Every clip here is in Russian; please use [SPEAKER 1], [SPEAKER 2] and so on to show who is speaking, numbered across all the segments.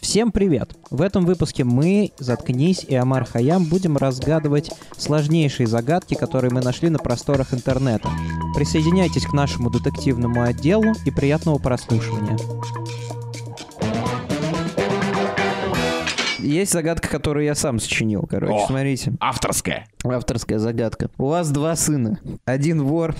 [SPEAKER 1] Всем привет! В этом выпуске мы, Заткнись и Амар Хаям будем разгадывать сложнейшие загадки, которые мы нашли на просторах интернета. Присоединяйтесь к нашему детективному отделу и приятного прослушивания. Есть загадка, которую я сам сочинил, короче,
[SPEAKER 2] О.
[SPEAKER 1] смотрите.
[SPEAKER 2] Авторская.
[SPEAKER 1] Авторская загадка. У вас два сына. Один вор,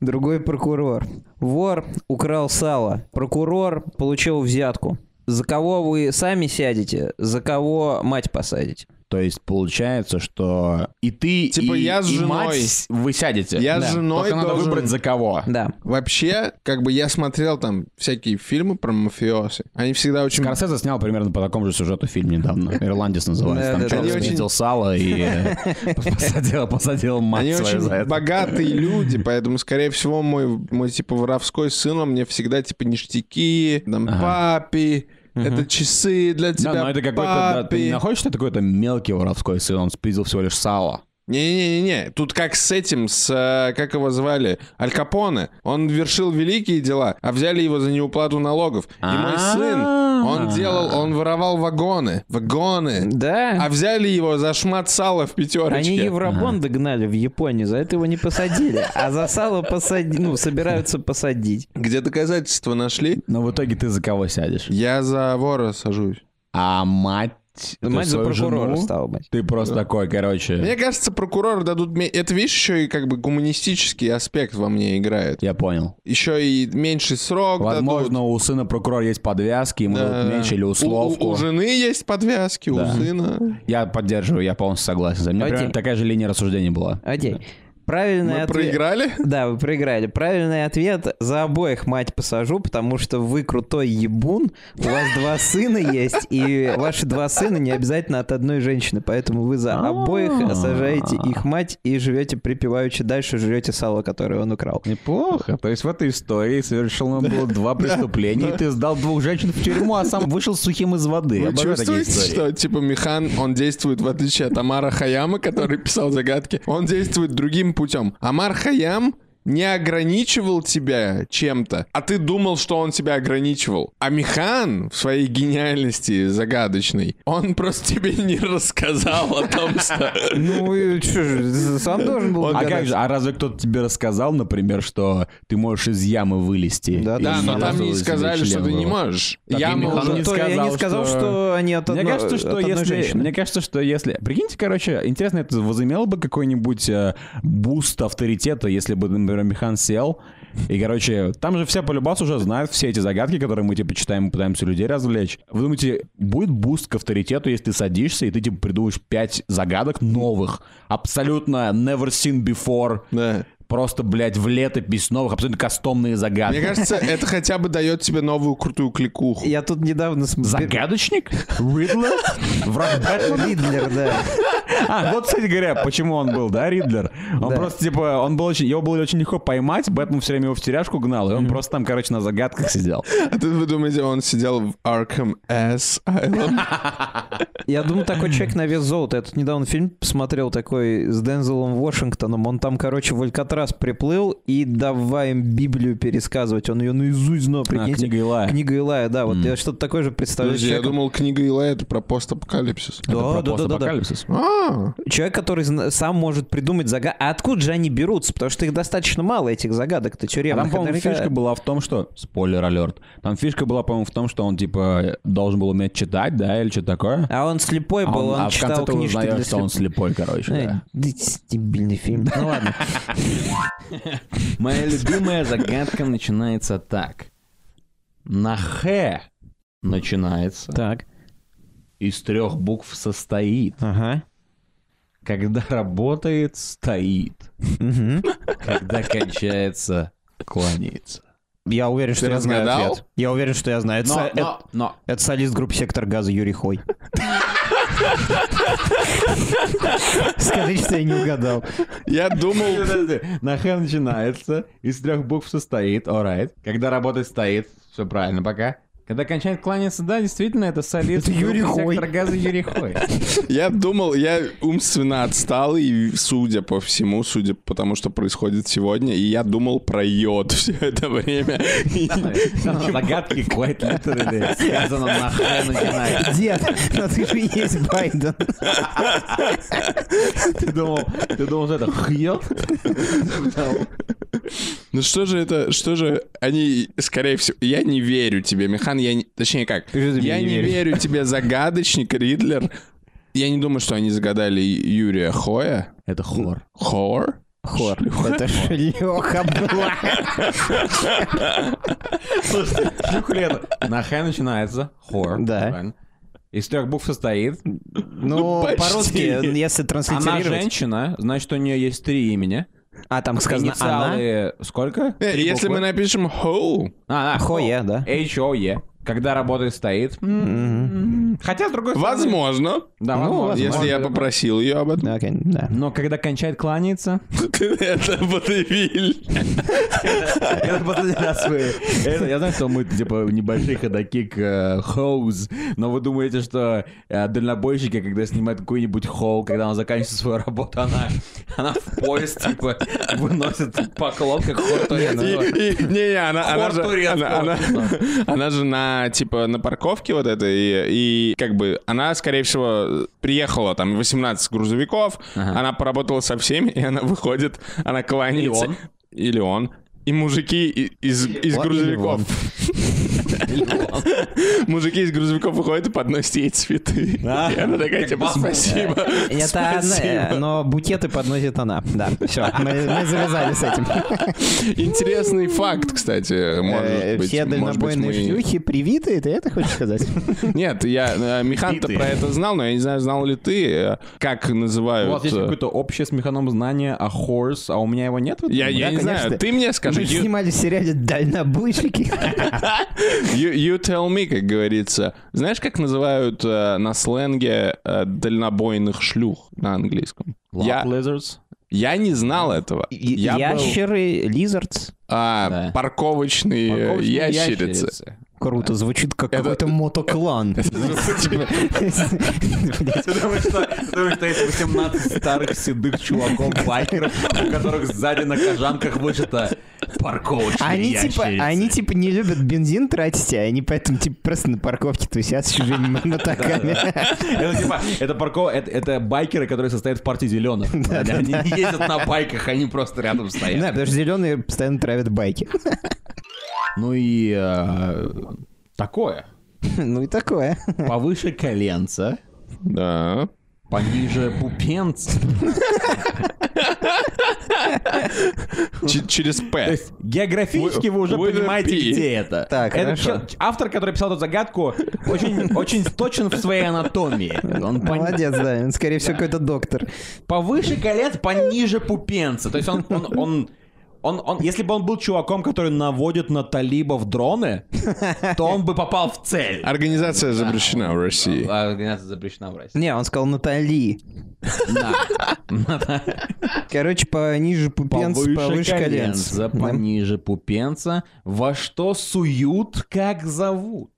[SPEAKER 1] другой прокурор. Вор украл сало, прокурор получил взятку. За кого вы сами сядете, за кого мать посадите?
[SPEAKER 2] То есть получается, что и ты,
[SPEAKER 3] Типа,
[SPEAKER 2] и,
[SPEAKER 3] я с
[SPEAKER 2] и
[SPEAKER 3] женой.
[SPEAKER 2] мать с- вы сядете.
[SPEAKER 3] Я
[SPEAKER 1] Да.
[SPEAKER 3] с женой
[SPEAKER 2] Только надо
[SPEAKER 3] должен-
[SPEAKER 2] выбрать за кого.
[SPEAKER 1] Да.
[SPEAKER 3] Вообще, как бы я смотрел там всякие фильмы про мафиосы. Они всегда очень...
[SPEAKER 2] Скорсезе снял примерно по такому же сюжету фильм недавно. «Ирландец» называется. Там
[SPEAKER 1] Да-да-да.
[SPEAKER 2] чувак
[SPEAKER 3] Они очень-
[SPEAKER 2] спиздил сало и э, посадил, посадил мать
[SPEAKER 3] Они
[SPEAKER 2] свою за
[SPEAKER 3] очень
[SPEAKER 2] это.
[SPEAKER 3] богатые люди, поэтому, скорее всего, мой, мой, типа, воровской сын, он мне всегда, типа, ништяки, там, папи, это часы для тебя,
[SPEAKER 2] Да, но это какой-то... да, ты не
[SPEAKER 3] папи».
[SPEAKER 2] находишь, что это какой-то мелкий воровской сын? Он спиздил всего лишь сало.
[SPEAKER 3] Не-не-не, тут как с этим, с, э, как его звали, Аль Капоне. Он вершил великие дела, а взяли его за неуплату налогов. И мой сын, он делал, он воровал вагоны, вагоны.
[SPEAKER 1] Да.
[SPEAKER 3] А взяли его за шмат сала в пятерочке.
[SPEAKER 1] Они Евробон догнали в Японии, за это его не посадили, а за сало посади... ну, собираются посадить.
[SPEAKER 3] Где доказательства нашли?
[SPEAKER 2] Но в итоге ты за кого сядешь?
[SPEAKER 3] Я за вора сажусь.
[SPEAKER 2] А мать... ты
[SPEAKER 1] мать за
[SPEAKER 2] свою
[SPEAKER 1] прокурора
[SPEAKER 2] жену?
[SPEAKER 1] стала бы.
[SPEAKER 2] Ты просто такой, короче...
[SPEAKER 3] Мне кажется, прокурору дадут... ме- Это, видишь, еще и как бы гуманистический аспект во мне играет.
[SPEAKER 2] Я понял.
[SPEAKER 3] Еще и меньший срок дадут.
[SPEAKER 2] Возможно, у сына прокурора есть подвязки, ему
[SPEAKER 3] Да.
[SPEAKER 2] дадут меньше или
[SPEAKER 3] У-
[SPEAKER 2] условку.
[SPEAKER 3] У, у жены есть подвязки, у
[SPEAKER 2] Да.
[SPEAKER 3] сына.
[SPEAKER 2] Я поддерживаю, я полностью согласен. За меня
[SPEAKER 1] Окей.
[SPEAKER 2] примерно такая же линия рассуждений была.
[SPEAKER 1] Окей. Правильный
[SPEAKER 3] Мы
[SPEAKER 1] ответ.
[SPEAKER 3] проиграли?
[SPEAKER 1] Да, вы проиграли. Правильный ответ. За обоих мать посажу, потому что вы крутой ебун, у вас два сына есть, и ваши два сына не обязательно от одной женщины, поэтому вы за обоих
[SPEAKER 2] А-а-а.
[SPEAKER 1] сажаете их мать и живете припеваючи дальше, жрете сало, которое он украл.
[SPEAKER 2] Неплохо. То есть в этой истории совершил он было два преступления, и ты сдал двух женщин в тюрьму, а сам вышел сухим из воды.
[SPEAKER 3] Вы
[SPEAKER 2] Обожаю такие
[SPEAKER 3] чувствуете,
[SPEAKER 2] истории.
[SPEAKER 3] что типа Михан, он действует в отличие от Амара Хаяма, который писал загадки, он действует другим путем. Амар Хаям не ограничивал тебя чем-то, а ты думал, что он тебя ограничивал. А Михан в своей гениальности загадочной, он просто тебе не рассказал о том, что...
[SPEAKER 1] Ну, и чё же, сам должен был
[SPEAKER 2] А как
[SPEAKER 1] догадаться.
[SPEAKER 2] же, а разве кто-то тебе рассказал, например, что ты можешь из ямы вылезти?
[SPEAKER 1] Да,
[SPEAKER 2] И
[SPEAKER 3] Да, но
[SPEAKER 2] сразу
[SPEAKER 3] там
[SPEAKER 2] из
[SPEAKER 3] не
[SPEAKER 2] тебя
[SPEAKER 3] сказали, что
[SPEAKER 2] член
[SPEAKER 3] ты не
[SPEAKER 2] вырвал.
[SPEAKER 3] можешь.
[SPEAKER 2] Так и
[SPEAKER 3] Яма
[SPEAKER 2] Михан
[SPEAKER 3] уже-
[SPEAKER 2] не
[SPEAKER 1] То я не сказал,
[SPEAKER 2] сказал, что-
[SPEAKER 1] что они от
[SPEAKER 2] Мне
[SPEAKER 1] одно-
[SPEAKER 2] кажется, что
[SPEAKER 1] от одной
[SPEAKER 2] если,
[SPEAKER 1] женщины.
[SPEAKER 2] мне кажется, что если... Прикиньте, короче, интересно, это возымело бы какой-нибудь э, буст авторитета, если бы, например, Михан сел, и, короче, там же все полюбас уже знают все эти загадки, которые мы, типа, читаем и пытаемся людей развлечь. Вы думаете, будет буст к авторитету, если ты садишься, и ты, типа, придумаешь пять загадок новых, абсолютно never seen before,
[SPEAKER 3] Да.
[SPEAKER 2] просто, блядь, в летопись новых, абсолютно кастомные загадки.
[SPEAKER 3] Мне кажется, это хотя бы дает тебе новую крутую кликуху.
[SPEAKER 1] Я тут недавно... см-
[SPEAKER 2] Загадочник? Ридлер? Враг Бэтмена?
[SPEAKER 1] Ридлер, да.
[SPEAKER 2] А, вот, кстати говоря, почему он был, да, Ридлер? Он
[SPEAKER 1] Да.
[SPEAKER 2] просто, типа, он был очень, его было очень легко поймать, Бэтмен все время его в тюряшку гнал, и он просто там, короче, на загадках сидел.
[SPEAKER 3] А тут вы думаете, он сидел в Arkham а Asylum?
[SPEAKER 1] Я думаю, такой человек на вес золота. Я тут недавно фильм посмотрел такой с Дензелом Вашингтоном. Он там, короче, в Алькатрас приплыл и давай им Библию пересказывать. Он ее наизусть знал,
[SPEAKER 2] А,
[SPEAKER 1] прикиньте.
[SPEAKER 2] книга Илая.
[SPEAKER 1] Книга Илая, да. Вот
[SPEAKER 2] М.
[SPEAKER 1] я что-то такое же представляю.
[SPEAKER 3] Подожди, я
[SPEAKER 1] человека.
[SPEAKER 3] думал, книга Илая это про постапокалипсис.
[SPEAKER 2] Это
[SPEAKER 1] Да, да, да, да,
[SPEAKER 2] про
[SPEAKER 1] да.
[SPEAKER 2] постапокалипсис.
[SPEAKER 3] А,
[SPEAKER 1] Человек, который зна- сам может придумать загадки. А откуда же они берутся? Потому что их достаточно мало, этих загадок-то
[SPEAKER 2] А
[SPEAKER 1] тюремных.
[SPEAKER 2] там, по-моему,
[SPEAKER 1] Наверняка-
[SPEAKER 2] фишка была в том, что... Спойлер алерт. Там фишка была, по-моему, в том, что он, типа, должен был уметь читать, да, или что-то такое.
[SPEAKER 1] А он слепой был, он,
[SPEAKER 2] а в конце
[SPEAKER 1] читал
[SPEAKER 2] ты
[SPEAKER 1] книжки для
[SPEAKER 2] узнаешь, что он
[SPEAKER 1] слепых.
[SPEAKER 2] слепой, короче,
[SPEAKER 1] Э,
[SPEAKER 2] да.
[SPEAKER 1] да, дебильный фильм. Ну ладно.
[SPEAKER 4] Моя любимая загадка начинается так. На Х начинается.
[SPEAKER 1] Так.
[SPEAKER 4] Из трех букв состоит.
[SPEAKER 1] Ага.
[SPEAKER 4] Когда работает, стоит.
[SPEAKER 1] Мгм.
[SPEAKER 4] Когда кончается, кланяется.
[SPEAKER 1] Я уверен, что я знаю
[SPEAKER 3] разгадал?
[SPEAKER 1] ответ. Я уверен, что я знаю. Это, со-
[SPEAKER 4] Но,
[SPEAKER 1] это-
[SPEAKER 4] но, но.
[SPEAKER 1] это солист группы «Сектор газа» Юрий Хой. Скажи, что я не угадал.
[SPEAKER 3] я думал...
[SPEAKER 4] Подожди, На Х начинается. Из трех букв состоит. Alright. Когда работает, стоит. Все правильно пока.
[SPEAKER 2] Когда кончает кланяться, да, действительно, это солист.
[SPEAKER 1] Это Юрий
[SPEAKER 2] группы
[SPEAKER 1] Хой.
[SPEAKER 2] Сектор газа Юрий Хой.
[SPEAKER 3] Я думал, я умственно отстал, и судя по всему, судя по тому, что происходит сегодня, и я думал про йод все это время. И
[SPEAKER 2] Загадки quite literally сказано на Хрен Геннадий.
[SPEAKER 1] Дед, но ты же есть Байден.
[SPEAKER 2] Ты думал, ты думал, что это хьет?
[SPEAKER 3] Ну что же это, что же они, скорее всего, я не верю тебе, Михан, я не, точнее как,
[SPEAKER 5] же мне
[SPEAKER 3] я
[SPEAKER 5] не
[SPEAKER 3] не
[SPEAKER 5] веришь?
[SPEAKER 3] верю тебе, загадочник, Ридлер. Я не думаю, что они загадали Юрия Хоя.
[SPEAKER 2] Это хор.
[SPEAKER 3] Хор?
[SPEAKER 1] Хор. Это шлёха была.
[SPEAKER 2] Слушайте, шлюха ли это? На Х начинается хор.
[SPEAKER 1] Да.
[SPEAKER 2] правильно. Из трех букв состоит.
[SPEAKER 1] Ну,
[SPEAKER 3] почти.
[SPEAKER 1] по-русски, если
[SPEAKER 2] Она
[SPEAKER 1] транслитерировать.
[SPEAKER 2] женщина, значит, у нее есть три имени.
[SPEAKER 1] А, там сказано она.
[SPEAKER 2] Инициалы сколько?
[SPEAKER 3] Э,
[SPEAKER 2] Три
[SPEAKER 3] Если
[SPEAKER 2] буквы.
[SPEAKER 3] мы напишем Хоу,
[SPEAKER 2] А, а,
[SPEAKER 1] Хое, да.
[SPEAKER 2] H-O-E. Когда работает стоит. М-м-м. Хотя, с другой стороны...
[SPEAKER 3] возможно,
[SPEAKER 2] Да,
[SPEAKER 1] Ну,
[SPEAKER 2] возможно.
[SPEAKER 3] если я попросил ее об этом,
[SPEAKER 1] Окей, да.
[SPEAKER 2] Но когда кончает кланяется...
[SPEAKER 3] это Батевиль.
[SPEAKER 2] Я последний раз вы... Это- Я знаю, что мы, типа, небольшие ходаки к э, хоуз, но вы думаете, что э, дальнобойщики, когда снимают какой-нибудь хоу, когда она заканчивает свою работу, она, она в поезд, типа, выносит поклон, как Ну, хор турецкого.
[SPEAKER 3] ну, И- и- Не-не, она, она
[SPEAKER 2] Хор
[SPEAKER 3] же,
[SPEAKER 2] турецкого
[SPEAKER 3] она, она- она же на, типа, на парковке вот этой, и, и как бы она, скорее всего, приехала, там, 18 грузовиков, она поработала со всеми, и она выходит, она кланяется.
[SPEAKER 2] Или он.
[SPEAKER 3] Или он. И мужики и- из, из
[SPEAKER 1] он,
[SPEAKER 3] грузовиков. Мужики из грузовиков выходят и подносят ей цветы. И она такая, типа, спасибо.
[SPEAKER 1] Это она,
[SPEAKER 3] спасибо».
[SPEAKER 1] э, но букеты подносит она. Да, все, мы, мы завязали с этим.
[SPEAKER 3] Интересный факт, кстати.
[SPEAKER 1] Э,
[SPEAKER 3] Может быть,
[SPEAKER 1] Все
[SPEAKER 3] может быть,
[SPEAKER 1] дальнобойные
[SPEAKER 3] мы-
[SPEAKER 1] шлюхи привитые, ты это хочешь сказать?
[SPEAKER 3] Нет, я э, Михан-то про это знал, но я не знаю, знал ли ты, э, как
[SPEAKER 2] У вас
[SPEAKER 3] называют.
[SPEAKER 2] есть
[SPEAKER 3] э,
[SPEAKER 2] какое-то общее с механом знание о хорс, а у меня его нет? в этом?
[SPEAKER 3] Я, я
[SPEAKER 1] Да,
[SPEAKER 3] не
[SPEAKER 1] конечно.
[SPEAKER 3] знаю, ты мне скажи,
[SPEAKER 1] Мы
[SPEAKER 3] you,
[SPEAKER 1] снимали в сериале «Дальнобойщики».
[SPEAKER 3] you- you tell me, как говорится. Знаешь, как называют э, на сленге э, дальнобойных шлюх на английском?
[SPEAKER 2] Love
[SPEAKER 3] Я,
[SPEAKER 2] lizards?
[SPEAKER 3] я не знал этого.
[SPEAKER 1] И-
[SPEAKER 3] Я был-
[SPEAKER 1] Ящеры, лизардс.
[SPEAKER 3] А, э,
[SPEAKER 2] Да.
[SPEAKER 3] парковочные,
[SPEAKER 2] Парковочные
[SPEAKER 3] ящерицы.
[SPEAKER 1] Круто, звучит как какой-то мотоклан. Блядь,
[SPEAKER 2] Ты думаешь, что, ты думаешь, что есть 18 старых седых чуваков-байкеров, у которых сзади на кожанках вышито парковочные
[SPEAKER 1] Они типа,
[SPEAKER 2] ящерицы».
[SPEAKER 1] они типа не любят бензин тратить, а они поэтому типа просто на парковке тусят с чужими мотоками.
[SPEAKER 2] Это типа, это парков... Это, это байкеры, которые состоят в партии зеленых. Они не ездят на байках, они просто рядом
[SPEAKER 1] Не
[SPEAKER 2] стоят.
[SPEAKER 1] знаю, потому что зеленые постоянно травят байки.
[SPEAKER 2] Ну и э, такое.
[SPEAKER 1] Ну и такое.
[SPEAKER 2] Повыше коленца,
[SPEAKER 3] Да.
[SPEAKER 2] пониже пупенца.
[SPEAKER 3] Ч- через
[SPEAKER 2] То
[SPEAKER 3] П.
[SPEAKER 2] есть географически вы уже
[SPEAKER 3] With a
[SPEAKER 2] понимаете,
[SPEAKER 3] P.
[SPEAKER 2] где это.
[SPEAKER 1] Так,
[SPEAKER 2] Это
[SPEAKER 1] хорошо.
[SPEAKER 2] чел- автор, который писал эту загадку, очень, очень точен в своей анатомии. Он пон-
[SPEAKER 1] Молодец, да. Он, скорее всего, какой-то доктор.
[SPEAKER 2] повыше колец, пониже пупенца. То есть он, он, он, он, он- если бы он был чуваком, который наводит на талибов дроны, то он бы попал в цель.
[SPEAKER 3] Организация запрещена в России.
[SPEAKER 2] А Организация запрещена в России.
[SPEAKER 1] Не, он сказал Натали. Короче, пониже пупенц, повыше коленц.
[SPEAKER 2] коленца, пониже пупенца, во что суют, как зовут.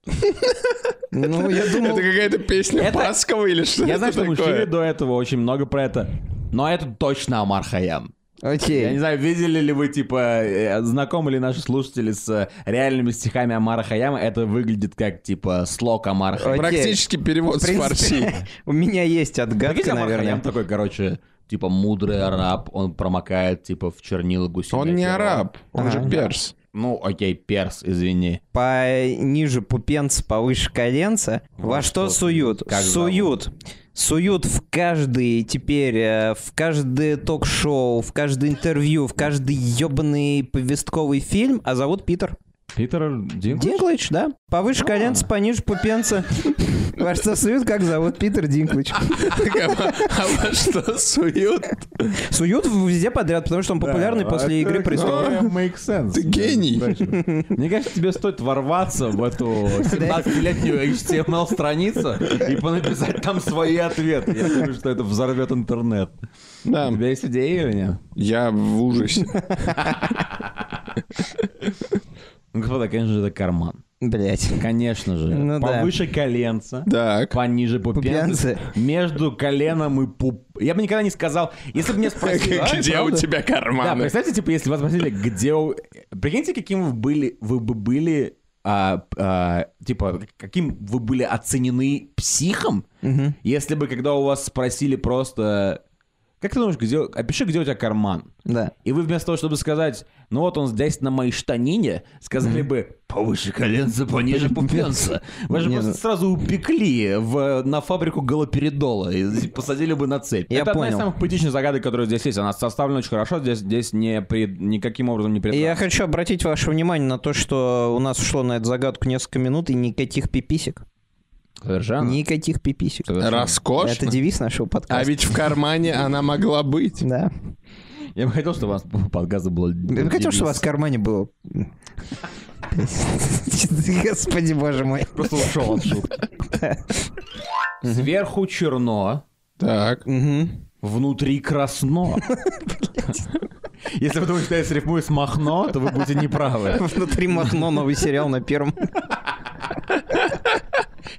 [SPEAKER 1] Ну, я
[SPEAKER 3] Это
[SPEAKER 1] думал...
[SPEAKER 3] какая-то песня
[SPEAKER 2] Это-
[SPEAKER 3] Баскова или что
[SPEAKER 2] Я
[SPEAKER 3] это
[SPEAKER 2] знаю, что мы
[SPEAKER 3] такое?
[SPEAKER 2] жили до этого очень много про это. Но это точно Амар Хаям. Я не
[SPEAKER 1] Окей.
[SPEAKER 2] знаю, видели ли вы, типа, э, знакомы ли наши слушатели с э, реальными стихами Амара Хаяма. Это выглядит как, типа, слог Амара Хаяма.
[SPEAKER 1] Окей.
[SPEAKER 3] Практически перевод
[SPEAKER 1] В
[SPEAKER 3] с фарси.
[SPEAKER 1] принципе, у меня есть
[SPEAKER 2] Прикиньте,
[SPEAKER 1] отгадка,
[SPEAKER 2] Амар Хаям
[SPEAKER 1] наверное.
[SPEAKER 2] такой, короче, типа, мудрый араб. Он промокает, типа, в чернила гусиное
[SPEAKER 3] Он не
[SPEAKER 2] перо.
[SPEAKER 3] араб, он же
[SPEAKER 1] Ага.
[SPEAKER 3] перс.
[SPEAKER 2] Ну, окей, перс, извини.
[SPEAKER 1] Пониже пупенца, повыше коленца. Во
[SPEAKER 2] Вот
[SPEAKER 1] что
[SPEAKER 2] что
[SPEAKER 1] суют?
[SPEAKER 2] как
[SPEAKER 1] Суют. Суют в каждый теперь, э, в каждое ток-шоу, в каждое интервью, в каждый ебаный повестковый фильм, а зовут Питер.
[SPEAKER 2] Питер Динклэйдж?
[SPEAKER 1] Динклич, да? Повыше коленца, пониже пупенца. Во что суют, как зовут Питер Динклич.
[SPEAKER 3] А во что суют?
[SPEAKER 1] Суют везде подряд, потому что он популярный
[SPEAKER 2] а
[SPEAKER 1] после «Игры престолов».
[SPEAKER 3] Ты гений.
[SPEAKER 2] Мне кажется, тебе стоит ворваться в эту 17-летнюю HTML-страницу и понаписать там свои ответы. Я думаю, что это взорвет интернет.
[SPEAKER 3] Да,
[SPEAKER 2] У тебя есть идеи или нет?
[SPEAKER 3] я в ужасе.
[SPEAKER 2] Ну, кто-то, конечно же, это карман.
[SPEAKER 1] Блять.
[SPEAKER 2] Конечно же.
[SPEAKER 1] Ну да.
[SPEAKER 2] Повыше коленца.
[SPEAKER 3] Так.
[SPEAKER 2] Пониже пупенцы.
[SPEAKER 1] Пупенцы.
[SPEAKER 2] Между коленом и пуп... Я бы никогда не сказал... Если бы меня спросили... а,
[SPEAKER 3] Где у
[SPEAKER 2] правда?
[SPEAKER 3] тебя
[SPEAKER 2] Да,
[SPEAKER 3] карманы?
[SPEAKER 2] представьте, типа, если вас спросили, где... у- Прикиньте, каким вы были... Вы бы были... а, а, типа, каким вы были оценены психом, если бы, когда у вас спросили просто... Как ты думаешь, где... Опиши, где у тебя карман.
[SPEAKER 1] Да.
[SPEAKER 2] И вы вместо того, чтобы сказать, ну вот он здесь на моей штанине, сказали бы, повыше коленца, пониже пупенца. Вы же
[SPEAKER 1] Не,
[SPEAKER 2] просто
[SPEAKER 1] ну-
[SPEAKER 2] сразу упекли в, на фабрику галоперидола и посадили бы на цепь.
[SPEAKER 1] Я
[SPEAKER 2] Это одна из
[SPEAKER 1] понял.
[SPEAKER 2] самых поэтичных загадок, которые здесь есть. Она составлена очень хорошо, здесь, здесь не при- никаким образом не
[SPEAKER 1] И
[SPEAKER 2] пред...
[SPEAKER 1] я хочу обратить ваше внимание на то, что у нас ушло на эту загадку несколько минут и никаких пиписек.
[SPEAKER 3] А,
[SPEAKER 2] Совершенно.
[SPEAKER 1] Никаких пиписек. Это
[SPEAKER 3] Роскошно.
[SPEAKER 1] девиз нашего
[SPEAKER 3] ну. А
[SPEAKER 1] подкаста.
[SPEAKER 3] ведь в кармане она могла быть.
[SPEAKER 1] Да.
[SPEAKER 2] Я бы хотел, чтобы у вас подкаст был...
[SPEAKER 1] Я бы хотел, чтобы у вас в кармане было. Господи, боже мой.
[SPEAKER 2] Просто ушел от шутки. Сверху черно,
[SPEAKER 3] Так.
[SPEAKER 1] Мгм.
[SPEAKER 2] Внутри красно. Если вы думаете, что я с рифмую с Махно, то вы будете неправы.
[SPEAKER 1] Внутри Махно новый сериал на первом.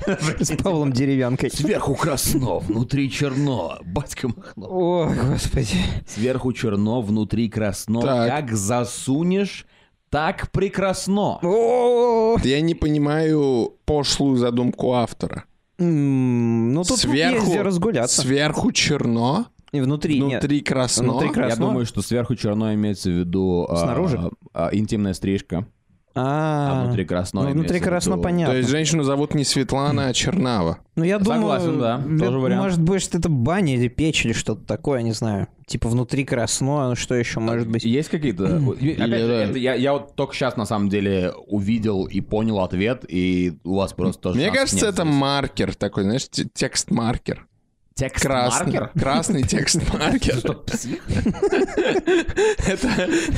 [SPEAKER 1] С Павлом Деревянкой.
[SPEAKER 2] Сверху красно, внутри черно. Батька Махно.
[SPEAKER 1] О, господи.
[SPEAKER 2] Сверху черно, внутри красно.
[SPEAKER 3] Так.
[SPEAKER 2] Как засунешь, так прекрасно.
[SPEAKER 1] Ну, О,
[SPEAKER 3] Я не понимаю пошлую задумку автора.
[SPEAKER 1] М, Ну тут есть
[SPEAKER 3] сверху,
[SPEAKER 1] где разгуляться.
[SPEAKER 3] сверху черно,
[SPEAKER 1] И внутри нет.
[SPEAKER 3] внутри красно.
[SPEAKER 1] Внутри кра-
[SPEAKER 2] Я
[SPEAKER 1] Красно?
[SPEAKER 2] думаю, что сверху черно имеется в виду а,
[SPEAKER 1] Снаружи?
[SPEAKER 2] а, интимная стрижка, а
[SPEAKER 1] А,
[SPEAKER 2] внутри красно.
[SPEAKER 1] ну, внутри
[SPEAKER 2] имеется в
[SPEAKER 1] красно
[SPEAKER 2] виду-
[SPEAKER 3] То
[SPEAKER 1] понятно.
[SPEAKER 3] есть женщину зовут не Светлана, а Чернава.
[SPEAKER 1] Ну, я думаю...
[SPEAKER 2] Согласен, да,
[SPEAKER 1] м,
[SPEAKER 2] тоже
[SPEAKER 1] это,
[SPEAKER 2] вариант.
[SPEAKER 1] Может быть, что это баня или печь или что-то такое, не знаю. Типа внутри красно, ну что еще может быть?
[SPEAKER 2] Есть какие-то... вот, и- Опять же,
[SPEAKER 3] да.
[SPEAKER 2] это я, я вот только сейчас, на самом деле, увидел и понял ответ, и у вас просто тоже...
[SPEAKER 3] Мне
[SPEAKER 2] шансов
[SPEAKER 3] кажется,
[SPEAKER 2] нет
[SPEAKER 3] это
[SPEAKER 2] здесь.
[SPEAKER 3] маркер такой, знаешь, те- текст-маркер. Красный.
[SPEAKER 2] Текст-маркер?
[SPEAKER 3] Красный текст-маркер.
[SPEAKER 2] Что, псих?
[SPEAKER 3] Это,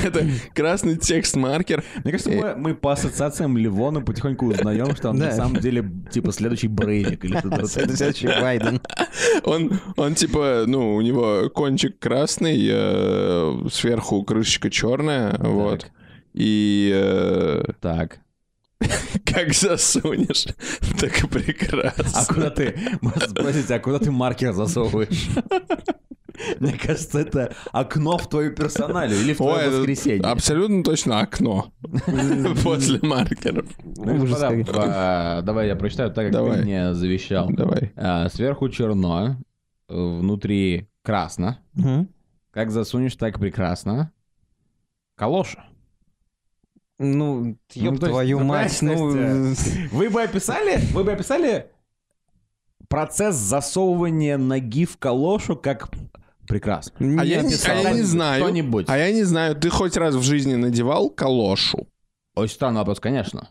[SPEAKER 3] это красный текст-маркер.
[SPEAKER 2] Мне кажется, мы, мы по ассоциациям Ливона потихоньку узнаем, что он на
[SPEAKER 1] Да.
[SPEAKER 2] самом деле, типа, следующий Брейник или что-то.
[SPEAKER 1] Это следующий Байден.
[SPEAKER 3] Он, он типа, ну, у него кончик красный, э, сверху крышечка черная, вот. И э,
[SPEAKER 2] Так.
[SPEAKER 3] как засунешь, так и прекрасно.
[SPEAKER 2] А куда ты, можно спросить, а куда ты маркер засовываешь? Мне кажется, это окно в твою персоналию или в
[SPEAKER 3] Ой,
[SPEAKER 2] твое
[SPEAKER 3] это
[SPEAKER 2] воскресенье.
[SPEAKER 3] Абсолютно точно окно после маркеров.
[SPEAKER 2] Ну,
[SPEAKER 1] Ужас
[SPEAKER 2] господа,
[SPEAKER 1] какой.
[SPEAKER 2] а, Давай я прочитаю так, как
[SPEAKER 3] Давай.
[SPEAKER 2] ты мне завещал.
[SPEAKER 3] Давай.
[SPEAKER 2] А, Сверху черно, э, внутри красно.
[SPEAKER 1] Мгм.
[SPEAKER 2] Как засунешь, так прекрасно. Калоша.
[SPEAKER 1] Ну,
[SPEAKER 2] Ну,
[SPEAKER 1] ёб
[SPEAKER 2] то есть, э?
[SPEAKER 1] твою
[SPEAKER 2] ну,
[SPEAKER 1] мать, ну...
[SPEAKER 2] понимаешь, Вы бы описали, вы бы описали процесс засовывания ноги в калошу как прекрасно.
[SPEAKER 1] не
[SPEAKER 3] А я не-
[SPEAKER 1] описал.
[SPEAKER 3] а я не знаю.
[SPEAKER 2] Кто-нибудь.
[SPEAKER 3] А я не знаю, ты хоть раз в жизни надевал калошу?
[SPEAKER 2] Очень странный вопрос, конечно.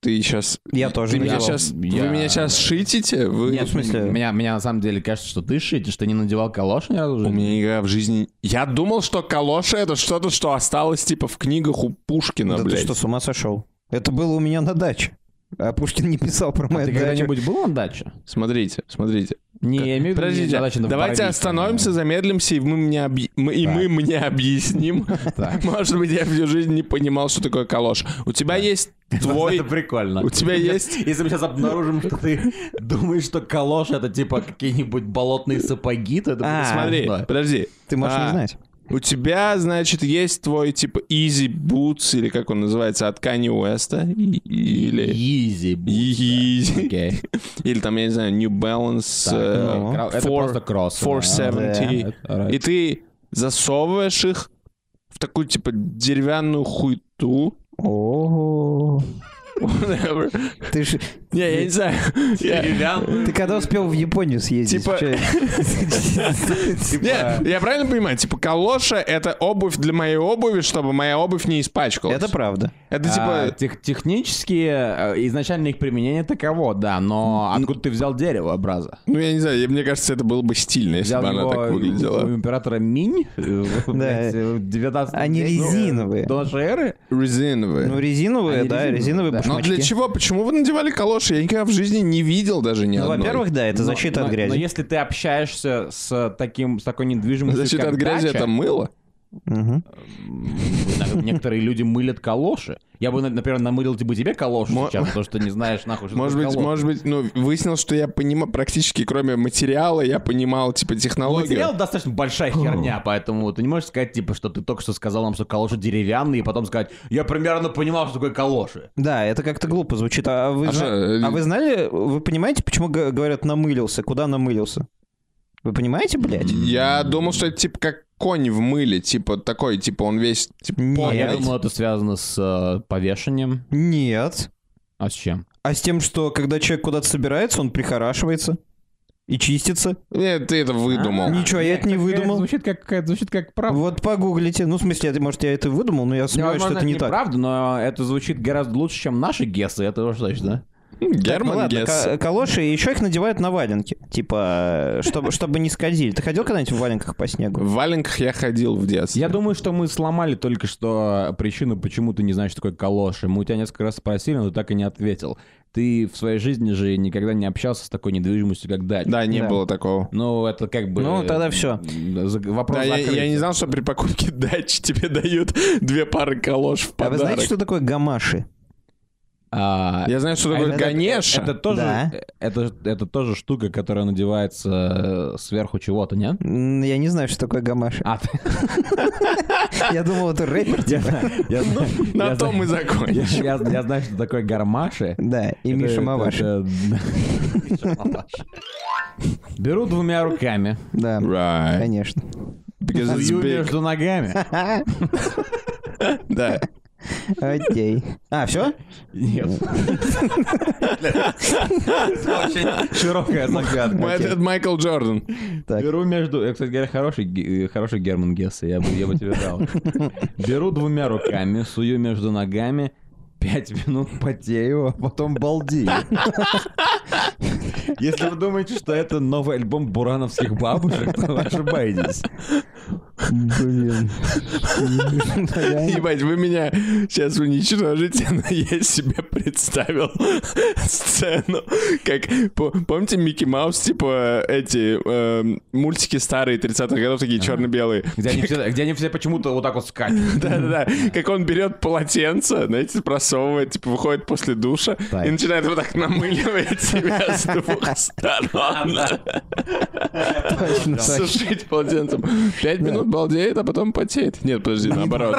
[SPEAKER 3] Ты сейчас...
[SPEAKER 1] Я тоже
[SPEAKER 3] Ты меня
[SPEAKER 1] надевал.
[SPEAKER 3] сейчас,
[SPEAKER 2] Я-
[SPEAKER 3] Вы меня сейчас шитите? Вы...
[SPEAKER 1] Нет, в смысле?
[SPEAKER 2] Меня, меня на самом деле кажется, что ты шитишь, ты не надевал калошу ни разу в
[SPEAKER 3] У
[SPEAKER 2] жизни?
[SPEAKER 3] меня никогда в жизни... Я думал, что калоши — это что-то, что осталось типа в книгах у Пушкина,
[SPEAKER 1] Да ты
[SPEAKER 3] блядь.
[SPEAKER 1] что, с ума сошел? Это было у меня на даче. А Пушкин не писал про
[SPEAKER 2] А
[SPEAKER 1] мою
[SPEAKER 2] ты
[SPEAKER 1] дачу.
[SPEAKER 2] когда-нибудь был на даче?
[SPEAKER 3] Смотрите, смотрите.
[SPEAKER 2] Не, я имею в виду, не
[SPEAKER 3] Подождите,
[SPEAKER 2] на даче, но в
[SPEAKER 3] давайте
[SPEAKER 2] Боровичке.
[SPEAKER 3] остановимся, замедлимся, и, мы мне объ- мы- и
[SPEAKER 2] Так.
[SPEAKER 3] мы мне объясним.
[SPEAKER 2] Так.
[SPEAKER 3] Может быть, я всю жизнь не понимал, что такое калош. У тебя есть твой...
[SPEAKER 2] Это прикольно.
[SPEAKER 3] У тебя есть...
[SPEAKER 2] Если мы сейчас обнаружим, что ты думаешь, что калоши это типа какие-нибудь болотные сапоги, то это
[SPEAKER 1] А,
[SPEAKER 2] будет
[SPEAKER 3] Смотри,
[SPEAKER 2] смешно.
[SPEAKER 3] подожди.
[SPEAKER 1] Ты можешь не
[SPEAKER 3] А,
[SPEAKER 1] знать.
[SPEAKER 3] У тебя, значит, есть твой типа Easy Boots, или как он называется, от Kanye Уэста? Или...
[SPEAKER 2] Изи.
[SPEAKER 3] Yeezy.
[SPEAKER 2] Окей.
[SPEAKER 3] Или там, я не знаю, New Balance,
[SPEAKER 2] Так,
[SPEAKER 3] э,
[SPEAKER 2] ну, кра- это
[SPEAKER 3] four-
[SPEAKER 2] просто кросс.
[SPEAKER 3] 470.
[SPEAKER 2] Да, это right.
[SPEAKER 3] И ты засовываешь их в такую, типа, деревянную хуйту.
[SPEAKER 1] О,
[SPEAKER 3] Whatever.
[SPEAKER 1] ты ж...
[SPEAKER 3] Не, я не знаю. Я-
[SPEAKER 1] Ты когда успел в Японию съездить?
[SPEAKER 3] Типа-
[SPEAKER 1] Чё-
[SPEAKER 2] Типа,
[SPEAKER 3] Не, я правильно понимаю? Типа, калоша — это обувь для моей обуви, чтобы моя обувь не испачкалась.
[SPEAKER 1] Это правда.
[SPEAKER 3] Это
[SPEAKER 2] А,
[SPEAKER 3] типа...
[SPEAKER 2] тех- технически э, изначально их применение таково, да, но откуда ты взял дерево, образа?
[SPEAKER 3] Ну, я не знаю, я- мне кажется, это было бы стильно, если
[SPEAKER 2] Взял
[SPEAKER 3] бы она
[SPEAKER 2] его ну,
[SPEAKER 3] так
[SPEAKER 2] у
[SPEAKER 3] выглядела.
[SPEAKER 2] императора Минь э, блядь, э, в 19
[SPEAKER 1] Они
[SPEAKER 2] веке, ну,
[SPEAKER 1] резиновые.
[SPEAKER 2] До нашей эры.
[SPEAKER 1] Ну,
[SPEAKER 3] Резиновые.
[SPEAKER 1] резиновые,
[SPEAKER 2] Они
[SPEAKER 1] да,
[SPEAKER 2] резиновые,
[SPEAKER 1] резиновые
[SPEAKER 2] да.
[SPEAKER 3] Но
[SPEAKER 1] башмачки.
[SPEAKER 3] для чего? Почему вы надевали калоши? Я никогда в жизни не видел даже ни
[SPEAKER 1] Ну,
[SPEAKER 3] одной.
[SPEAKER 1] во-первых, да, это
[SPEAKER 2] Но-
[SPEAKER 1] защита
[SPEAKER 2] но-
[SPEAKER 1] от
[SPEAKER 2] Но
[SPEAKER 1] грязи.
[SPEAKER 2] если ты общаешься с таким, с такой недвижимостью,
[SPEAKER 3] Защита
[SPEAKER 2] Ну, как
[SPEAKER 3] от грязи —
[SPEAKER 2] дача,
[SPEAKER 3] это мыло.
[SPEAKER 1] Мгм.
[SPEAKER 2] Так, Некоторые люди мылят калоши. Я бы, например, намылил бы тебе калоши
[SPEAKER 3] Мо-
[SPEAKER 2] сейчас, потому что не знаешь нахуй, что
[SPEAKER 3] Может
[SPEAKER 2] такое
[SPEAKER 3] быть,
[SPEAKER 2] калоши.
[SPEAKER 3] может быть, ну, выяснил, что я понимаю, практически кроме материала, я понимал, типа, технологию.
[SPEAKER 2] Материал А достаточно большая херня, поэтому ты не можешь сказать, типа, что ты только что сказал нам, что калоши деревянные, и потом сказать, я примерно понимал, что такое калоши.
[SPEAKER 1] Да, это как-то глупо звучит. А вы,
[SPEAKER 3] А
[SPEAKER 1] зна-
[SPEAKER 3] что, э,
[SPEAKER 1] а вы знали, вы понимаете, почему г- говорят намылился? Куда намылился? Вы понимаете, блядь?
[SPEAKER 3] Я думал, что это, типа, как конь в мыле, типа, такой, типа, он весь, типа,
[SPEAKER 1] Нет.
[SPEAKER 2] А
[SPEAKER 3] пон-
[SPEAKER 2] я думал, это связано с э, повешением.
[SPEAKER 1] Нет.
[SPEAKER 2] А с чем?
[SPEAKER 1] А с тем, что когда человек куда-то собирается, он прихорашивается и чистится.
[SPEAKER 3] Нет, э, ты это выдумал.
[SPEAKER 1] Ничего, я это А, не выдумал.
[SPEAKER 2] э, Звучит как, звучит как правда.
[SPEAKER 1] Вот погуглите. Ну, в смысле, это- может, я это выдумал, но я сомневаюсь, что это не так.
[SPEAKER 2] правда, но это звучит гораздо лучше, чем наши гесы, это уж точно.
[SPEAKER 1] Ну
[SPEAKER 3] Герман
[SPEAKER 1] ладно, а,
[SPEAKER 3] Гесс.
[SPEAKER 1] ка- калоши, и еще их надевают на валенки. Типа, э, чтобы, чтобы не скользили. Ты ходил когда-нибудь в валенках по снегу?
[SPEAKER 3] В валенках я ходил в детстве.
[SPEAKER 2] Я думаю, что мы сломали только что причину, почему ты не знаешь, что такое калоши. Мы у тебя несколько раз спросили, но ты так и не ответил. Ты в своей жизни же никогда не общался с такой недвижимостью, как дача.
[SPEAKER 3] Да, не
[SPEAKER 1] Да.
[SPEAKER 3] было такого.
[SPEAKER 2] Ну, это как бы...
[SPEAKER 1] Ну, тогда всё.
[SPEAKER 2] э, за- Вопрос
[SPEAKER 3] Да, я,
[SPEAKER 2] закрыт.
[SPEAKER 3] я не знал, что при покупке дачи тебе дают две пары калош
[SPEAKER 1] А
[SPEAKER 3] в
[SPEAKER 1] вы
[SPEAKER 3] подарок.
[SPEAKER 1] знаете, что такое гамаши?
[SPEAKER 2] А,
[SPEAKER 3] Я знаю, что такое
[SPEAKER 1] это-
[SPEAKER 3] Ганеша.
[SPEAKER 2] это тоже, э,
[SPEAKER 1] Да.
[SPEAKER 2] это, это тоже штука, которая надевается э, сверху чего-то, не?
[SPEAKER 1] М, Я не знаю, что такое гамаши.
[SPEAKER 2] А, ты-
[SPEAKER 1] Я думал, это рэпер. типа.
[SPEAKER 2] я знаю, я знаю,
[SPEAKER 3] На
[SPEAKER 2] я
[SPEAKER 3] том мы
[SPEAKER 2] знаю.
[SPEAKER 3] закончим.
[SPEAKER 2] Я я- я знаю, что такое гармаши.
[SPEAKER 1] Да, и Миша
[SPEAKER 2] Это-
[SPEAKER 1] Маваши.
[SPEAKER 2] это- Миша Маваши. Беру двумя руками,
[SPEAKER 1] Да,
[SPEAKER 3] Right.
[SPEAKER 1] конечно.
[SPEAKER 3] Because it's
[SPEAKER 2] зую
[SPEAKER 3] big.
[SPEAKER 2] между ногами.
[SPEAKER 3] Да.
[SPEAKER 1] Окей. А, все?
[SPEAKER 2] Нет. Очень широкая
[SPEAKER 3] М-
[SPEAKER 2] загадка.
[SPEAKER 3] Это Майкл Джордан.
[SPEAKER 1] Так.
[SPEAKER 2] Беру между... э, Кстати говоря, хороший, ге- э, хороший Герман Гесса, я бы, я бы тебе дал. Беру двумя руками, сую между ногами, пять минут потею, а потом балдею. Если вы думаете, что это новый альбом бурановских бабушек, то вы ошибаетесь.
[SPEAKER 1] Блин.
[SPEAKER 3] Ебать, вы меня сейчас уничтожите, но я себе представил сцену, как... по- Помните Микки Маус, типа, эти эм, мультики старые 30-х годов, такие черно-белые?
[SPEAKER 2] Где они все, где они все почему-то вот так вот скачут.
[SPEAKER 3] Да-да-да, как он берет полотенце, знаете, просовывает, типа, выходит после душа
[SPEAKER 2] Так.
[SPEAKER 3] и начинает вот так намыливать себя с двух сторон.
[SPEAKER 1] Точно, точно.
[SPEAKER 3] Сушить полотенцем. Пять минут балдеет, а потом потеет. Нет, подожди, наоборот.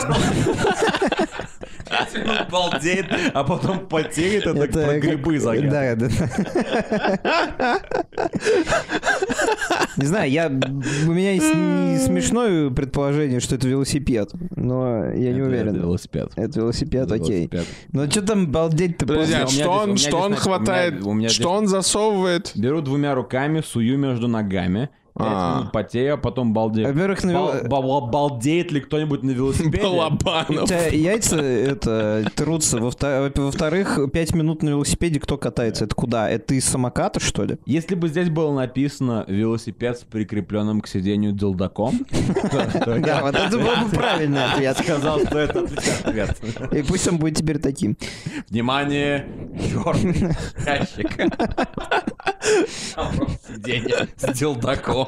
[SPEAKER 2] Балдеет, а потом потеет, это,
[SPEAKER 1] Это
[SPEAKER 2] про
[SPEAKER 1] как-
[SPEAKER 2] грибы
[SPEAKER 1] Да,
[SPEAKER 2] загадка.
[SPEAKER 1] да. Не знаю, я, у меня есть не смешное предположение, что это велосипед, но я не
[SPEAKER 2] Это- это
[SPEAKER 1] уверен.
[SPEAKER 2] велосипед.
[SPEAKER 1] Это велосипед,
[SPEAKER 2] Это
[SPEAKER 1] окей.
[SPEAKER 2] велосипед.
[SPEAKER 1] Но что там балдеть-то после?
[SPEAKER 3] Подожди, а
[SPEAKER 2] У меня здесь-
[SPEAKER 3] что
[SPEAKER 2] у меня
[SPEAKER 3] он,
[SPEAKER 2] здесь,
[SPEAKER 3] что он
[SPEAKER 2] знаешь, у меня-
[SPEAKER 3] хватает,
[SPEAKER 2] у меня здесь-
[SPEAKER 3] что он засовывает?
[SPEAKER 2] Беру двумя руками, сую между ногами. пять
[SPEAKER 3] А.
[SPEAKER 2] минут потею, а потом балдею.
[SPEAKER 1] Во-первых, на
[SPEAKER 2] Бал-
[SPEAKER 1] вело-
[SPEAKER 2] бал- бал- балдеет ли кто-нибудь на велосипеде?
[SPEAKER 1] у
[SPEAKER 3] Балабанов.
[SPEAKER 1] тебя яйца это трутся. Во-вто- Во-вторых, пять минут на велосипеде кто катается? Это куда? Это из самоката, что ли?
[SPEAKER 2] Если бы здесь было написано «велосипед с прикрепленным к сиденью делдаком», то- то
[SPEAKER 1] Да,
[SPEAKER 2] я
[SPEAKER 1] вот это был бы правильный
[SPEAKER 2] я
[SPEAKER 1] ответ.
[SPEAKER 2] сказал, что это отличный ответ.
[SPEAKER 1] И пусть он будет теперь таким.
[SPEAKER 2] Внимание, черный ящик. Там просто Сиденье с делдаком.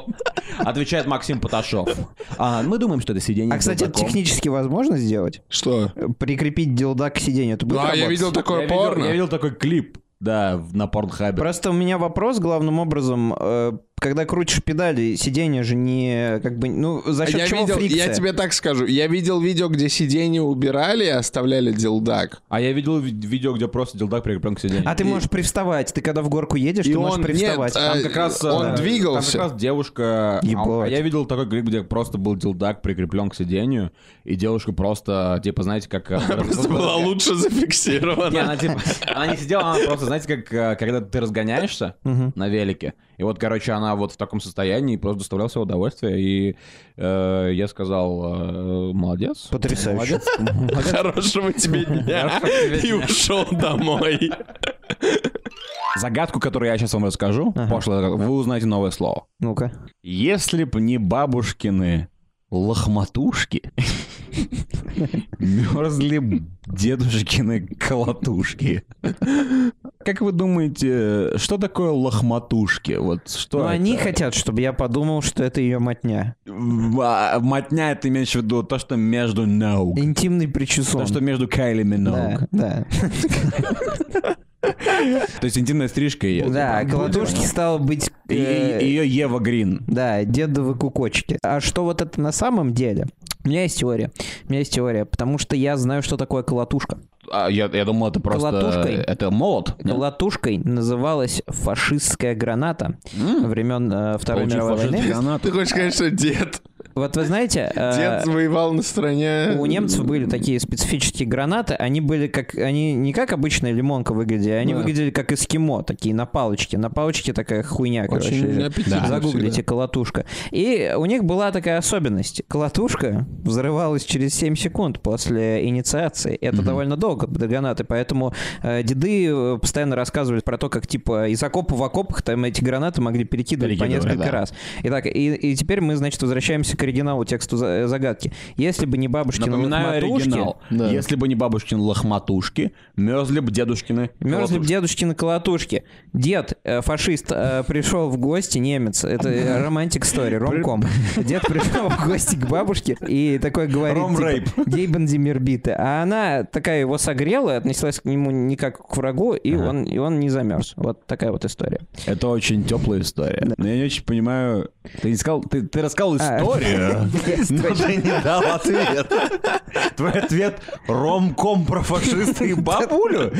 [SPEAKER 2] Отвечает Максим Поташов. А, мы думаем, что это сиденье
[SPEAKER 1] А,
[SPEAKER 2] с
[SPEAKER 1] кстати, это
[SPEAKER 2] делдаком.
[SPEAKER 1] технически возможно сделать?
[SPEAKER 3] Что?
[SPEAKER 1] Прикрепить дилдак к сиденью. Это будет
[SPEAKER 3] Да, я
[SPEAKER 1] работать?
[SPEAKER 3] видел такое
[SPEAKER 2] я видел- я
[SPEAKER 3] порно.
[SPEAKER 2] видел такой клип, да, в- на порнхабе.
[SPEAKER 1] Просто у меня вопрос главным образом, э, когда крутишь педали, сиденье же не как бы, ну за счет
[SPEAKER 3] Я
[SPEAKER 1] чего
[SPEAKER 3] видел,
[SPEAKER 1] фрикция?
[SPEAKER 3] я тебе так скажу, я видел видео, где сиденье убирали и оставляли делдак.
[SPEAKER 2] А я видел ви- видео, где просто делдак прикреплен к сиденью.
[SPEAKER 1] А ты можешь привставать, ты когда в горку едешь,
[SPEAKER 3] И
[SPEAKER 1] ты можешь
[SPEAKER 3] он-
[SPEAKER 1] привставать.
[SPEAKER 3] нет,
[SPEAKER 2] Там как раз... э,
[SPEAKER 3] Он
[SPEAKER 2] там
[SPEAKER 3] двигался.
[SPEAKER 2] как раз девушка... а,
[SPEAKER 1] Ебать.
[SPEAKER 2] а я видел такой клип, где просто был делдак прикреплен к сиденью, и девушка просто, типа, знаете, как... э,
[SPEAKER 3] Просто была лучше
[SPEAKER 2] Не,
[SPEAKER 3] зафиксирована.
[SPEAKER 2] она, типа, она не сидела, она просто, знаете, как э, когда ты разгоняешься
[SPEAKER 1] Мгм.
[SPEAKER 2] на велике, и вот, короче, она вот в таком состоянии просто доставляла себе удовольствие, и э, я сказал, э, молодец.
[SPEAKER 1] Потрясающе.
[SPEAKER 2] Молодец, молодец,
[SPEAKER 3] Хорошего тебе дня.
[SPEAKER 2] Хорошего тебе
[SPEAKER 3] И
[SPEAKER 2] дня.
[SPEAKER 3] ушел домой.
[SPEAKER 2] Загадку, которую я сейчас вам расскажу,
[SPEAKER 1] Ага.
[SPEAKER 2] пошлая загадка, вы узнаете новое слово.
[SPEAKER 1] Ну-ка.
[SPEAKER 2] Если б не бабушкины лохматушки, мерзли б дедушкины колотушки. Как вы думаете, что такое лохматушки? Вот что
[SPEAKER 1] Ну,
[SPEAKER 2] это?
[SPEAKER 1] они хотят, чтобы я подумал, что это ее матня.
[SPEAKER 2] а, мотня, ты имеешь в виду то, что между Ноук.
[SPEAKER 1] Интимный причесон.
[SPEAKER 2] То, что между Кайли Миноук.
[SPEAKER 1] Да, да.
[SPEAKER 2] То есть интимная стрижка ее.
[SPEAKER 1] Да, а колотушки стало быть... э,
[SPEAKER 2] Ее Ева Грин.
[SPEAKER 1] Да, дедовы кукочки. А что вот это на самом деле? У меня есть теория. У меня есть теория, потому что я знаю, что такое колотушка.
[SPEAKER 2] А, я, я думал, это просто...
[SPEAKER 1] Колотушкой?
[SPEAKER 2] Это молот. нет?
[SPEAKER 1] Колотушкой называлась фашистская граната времен э, Второй
[SPEAKER 2] Получив
[SPEAKER 1] мировой
[SPEAKER 2] фашистскую
[SPEAKER 1] войны.
[SPEAKER 2] гранату.
[SPEAKER 3] А Ты хочешь сказать, что дед?
[SPEAKER 1] Вот вы знаете, э,
[SPEAKER 3] Дед воевал на стороне...
[SPEAKER 1] у немцев были такие специфические гранаты, они были как, они не как обычная лимонка выглядели, они
[SPEAKER 3] Да.
[SPEAKER 1] выглядели как эскимо, такие на палочке. На палочке такая хуйня, короче.
[SPEAKER 3] Очень аппетитно всегда.
[SPEAKER 1] Загуглите колотушка. И у них была такая особенность. Колотушка взрывалась через 7 секунд после инициации. Это довольно долго до гранаты, поэтому э, деды э, постоянно рассказывали про то, как типа из окопа в окопах там эти гранаты могли перекидывать по
[SPEAKER 2] Перекидывали,
[SPEAKER 1] несколько
[SPEAKER 2] да.
[SPEAKER 1] раз. Итак, и, и теперь мы, значит, возвращаемся к оригиналу тексту за- э, загадки. Если бы не бабушкины
[SPEAKER 2] Напоминаю
[SPEAKER 1] лохматушки,
[SPEAKER 2] оригинал.
[SPEAKER 3] Да.
[SPEAKER 2] Если бы не бабушкины лохматушки, мерзли бы дедушкины
[SPEAKER 1] Мерзли б
[SPEAKER 2] колотушки.
[SPEAKER 1] дедушки на колотушке. Дед, э, фашист, э, пришел в гости, немец. Это э, романтик стори, ромком. Дед пришел в гости к бабушке и такой говорит,
[SPEAKER 2] Ром-рейп.
[SPEAKER 1] типа, «Гейбен ди мир биты». А она такая его согрела, отнеслась к нему не как к врагу, и, он, и он не замерз. Вот такая вот история.
[SPEAKER 2] Это очень теплая история. Но я не очень понимаю... Ты не сказал... Ты, ты рассказал
[SPEAKER 1] А.
[SPEAKER 2] историю, но ты не дал ответ. Твой ответ ромком про фашиста и бабулю?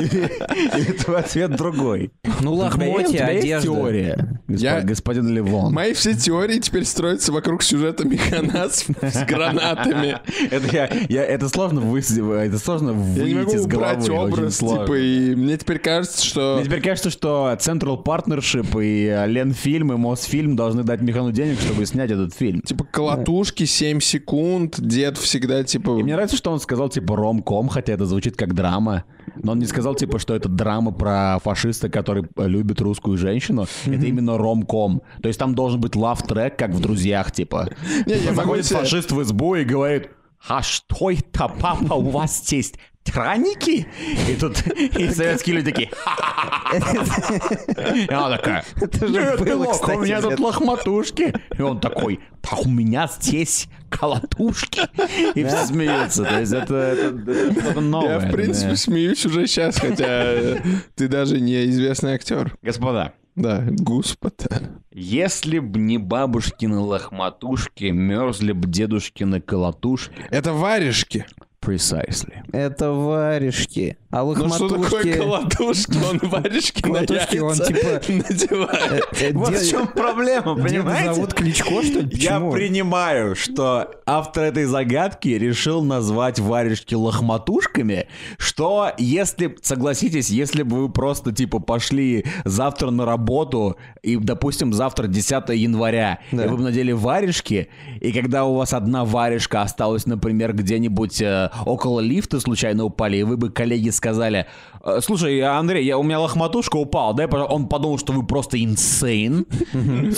[SPEAKER 2] Или, или твой ответ другой?
[SPEAKER 1] Ну,
[SPEAKER 2] У
[SPEAKER 1] лохмотья,
[SPEAKER 2] тебя есть
[SPEAKER 1] одежда.
[SPEAKER 2] теория, госпо-
[SPEAKER 3] Я-
[SPEAKER 2] господин Левон?
[SPEAKER 3] Мои все теории теперь строятся вокруг сюжета Механас с гранатами.
[SPEAKER 2] Это, я, я- это сложно выс- это сложно
[SPEAKER 3] Я не
[SPEAKER 2] выйти
[SPEAKER 3] могу
[SPEAKER 2] из головы.
[SPEAKER 3] убрать
[SPEAKER 2] очень
[SPEAKER 3] образ,
[SPEAKER 2] сложно.
[SPEAKER 3] типа, и мне теперь кажется, что...
[SPEAKER 2] Мне теперь кажется, что Central Partnership и э, Ленфильм, и Мосфильм должны дать Михану денег, чтобы снять этот фильм.
[SPEAKER 3] Типа колотушки, 7 секунд, дед всегда типа...
[SPEAKER 2] И мне нравится, что он сказал, типа, ром-ком, хотя это звучит как драма. Но он не сказал, типа, что это драма про фашиста, который э, любит русскую женщину. Это именно ром-ком. То есть там должен быть лав-трек, как в «Друзьях», типа.
[SPEAKER 3] Не, я могу
[SPEAKER 2] Заходит
[SPEAKER 3] себе-
[SPEAKER 2] фашист в избу и говорит, а что это, папа, у вас есть Траники? И тут и советские люди такие. «Ха-ха-ха-ха». И она такая.
[SPEAKER 1] Это же
[SPEAKER 2] «Нет,
[SPEAKER 1] было,
[SPEAKER 2] милок,
[SPEAKER 1] кстати,
[SPEAKER 2] у меня тут
[SPEAKER 1] где-то».
[SPEAKER 2] лохматушки. И он такой, «Да у меня здесь колотушки. И все смеются. То есть это, это- это что-то новое.
[SPEAKER 3] Я, в принципе,
[SPEAKER 2] да.
[SPEAKER 3] смеюсь уже сейчас, хотя э, ты даже не известный актер.
[SPEAKER 2] Господа,
[SPEAKER 3] Да, господа.
[SPEAKER 2] если б не бабушкины лохматушки, мерзли б дедушкины колотушки.
[SPEAKER 3] Это варежки.
[SPEAKER 2] Precisely.
[SPEAKER 1] Это варежки. А
[SPEAKER 3] Ну что такое
[SPEAKER 1] лохматушки...
[SPEAKER 3] колотушки? Он варежки на
[SPEAKER 1] Колотушки, он,
[SPEAKER 3] яйца
[SPEAKER 1] типа,
[SPEAKER 3] надевает.
[SPEAKER 1] э,
[SPEAKER 2] Вот
[SPEAKER 1] дед-
[SPEAKER 2] в чем проблема,
[SPEAKER 1] Деда
[SPEAKER 2] понимаете?
[SPEAKER 1] зовут Кличко, что ли?
[SPEAKER 2] Я
[SPEAKER 1] Почему?
[SPEAKER 2] принимаю, что автор этой загадки решил назвать варежки лохматушками, что если, б- согласитесь, если бы вы просто, типа, пошли завтра на работу, и, допустим, завтра 10 января, и вы бы надели варежки, и когда у вас одна варежка осталась, например, где-нибудь э, около лифта случайно упали, и вы бы коллеги сказали, «Э, слушай, Андрей, я, у меня лохматушка упала, да, он подумал, что вы просто инсейн,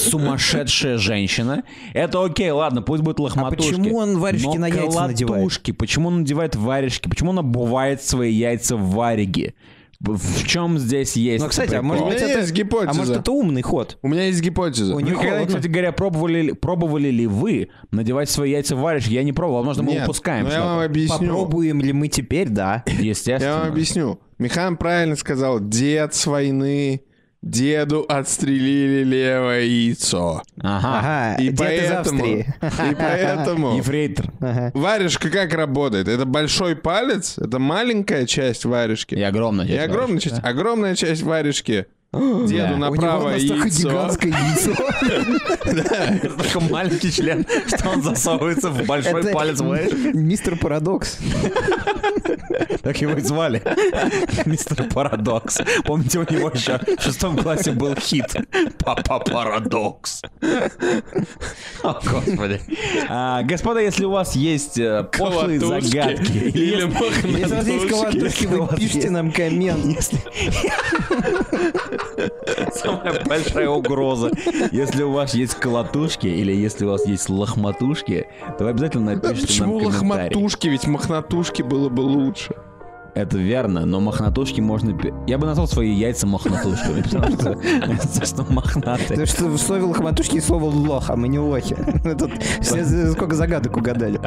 [SPEAKER 2] сумасшедшая женщина. Это окей, ладно, пусть будет лохматушки.
[SPEAKER 1] А почему он варежки
[SPEAKER 2] Но
[SPEAKER 1] на яйца надевает?
[SPEAKER 2] колотушки, Почему он надевает варежки? Почему он обувает свои яйца в вариги? В чем здесь есть
[SPEAKER 1] Ну, кстати, а
[SPEAKER 2] прикол?
[SPEAKER 1] может
[SPEAKER 3] У
[SPEAKER 1] быть,
[SPEAKER 3] меня
[SPEAKER 1] это...
[SPEAKER 3] есть гипотеза.
[SPEAKER 1] А может, это умный ход?
[SPEAKER 3] У меня есть гипотеза.
[SPEAKER 1] У
[SPEAKER 2] Вы
[SPEAKER 1] них
[SPEAKER 2] когда,
[SPEAKER 1] холодно.
[SPEAKER 2] кстати говоря, пробовали, пробовали ли вы надевать свои яйца в варежки? Я не пробовал, возможно, мы
[SPEAKER 3] Нет,
[SPEAKER 2] упускаем
[SPEAKER 3] но я вам
[SPEAKER 2] что-то.
[SPEAKER 3] объясню.
[SPEAKER 1] Попробуем ли мы теперь, да.
[SPEAKER 2] Естественно.
[SPEAKER 3] Я вам объясню. Михан правильно сказал, дед с войны, деду отстрелили левое яйцо.
[SPEAKER 2] Ага.
[SPEAKER 1] Ага,
[SPEAKER 3] А, И
[SPEAKER 1] дед из
[SPEAKER 3] поэтому...
[SPEAKER 1] Австрии.
[SPEAKER 3] И поэтому...
[SPEAKER 2] Ефрейтор.
[SPEAKER 1] Ага.
[SPEAKER 3] Варежка как работает? Это большой палец, это маленькая часть варежки.
[SPEAKER 2] И огромная.
[SPEAKER 3] И
[SPEAKER 2] часть
[SPEAKER 3] огромная
[SPEAKER 2] варежки.
[SPEAKER 3] часть, огромная часть варежки. Деду на
[SPEAKER 1] У него
[SPEAKER 3] правое
[SPEAKER 1] настолько
[SPEAKER 3] яйцо.
[SPEAKER 1] гигантское яйцо.
[SPEAKER 2] Настолько маленький член, что он засовывается в большой
[SPEAKER 1] Это
[SPEAKER 2] палец варежки.
[SPEAKER 1] Мистер Парадокс.
[SPEAKER 2] Так его и звали. Мистер Парадокс. Помните, у него еще в шестом классе был хит. Папа Парадокс. О, господи. А, господа, если у вас есть э, пошлые
[SPEAKER 3] Колотушки.
[SPEAKER 2] загадки.
[SPEAKER 3] Или
[SPEAKER 2] если-
[SPEAKER 1] Если у вас есть колотушки,
[SPEAKER 2] если у
[SPEAKER 1] вы
[SPEAKER 2] вас
[SPEAKER 1] пишите
[SPEAKER 2] есть.
[SPEAKER 1] нам коммент.
[SPEAKER 2] Если... Самая большая угроза. Если у вас есть колотушки или если у вас есть лохматушки, то вы обязательно
[SPEAKER 3] Да
[SPEAKER 2] напишите
[SPEAKER 3] почему
[SPEAKER 2] нам комментарий.
[SPEAKER 3] лохматушки? Ведь мохнатушки было бы лучше.
[SPEAKER 2] Это верно, но мохнатушки можно... пе- Я бы назвал свои яйца мохнатушками, потому что потому что мохнатые.
[SPEAKER 1] Ты что в слове лохматушки и слово лох, а мы не лохи. Мы Тут все за- сколько загадок угадали.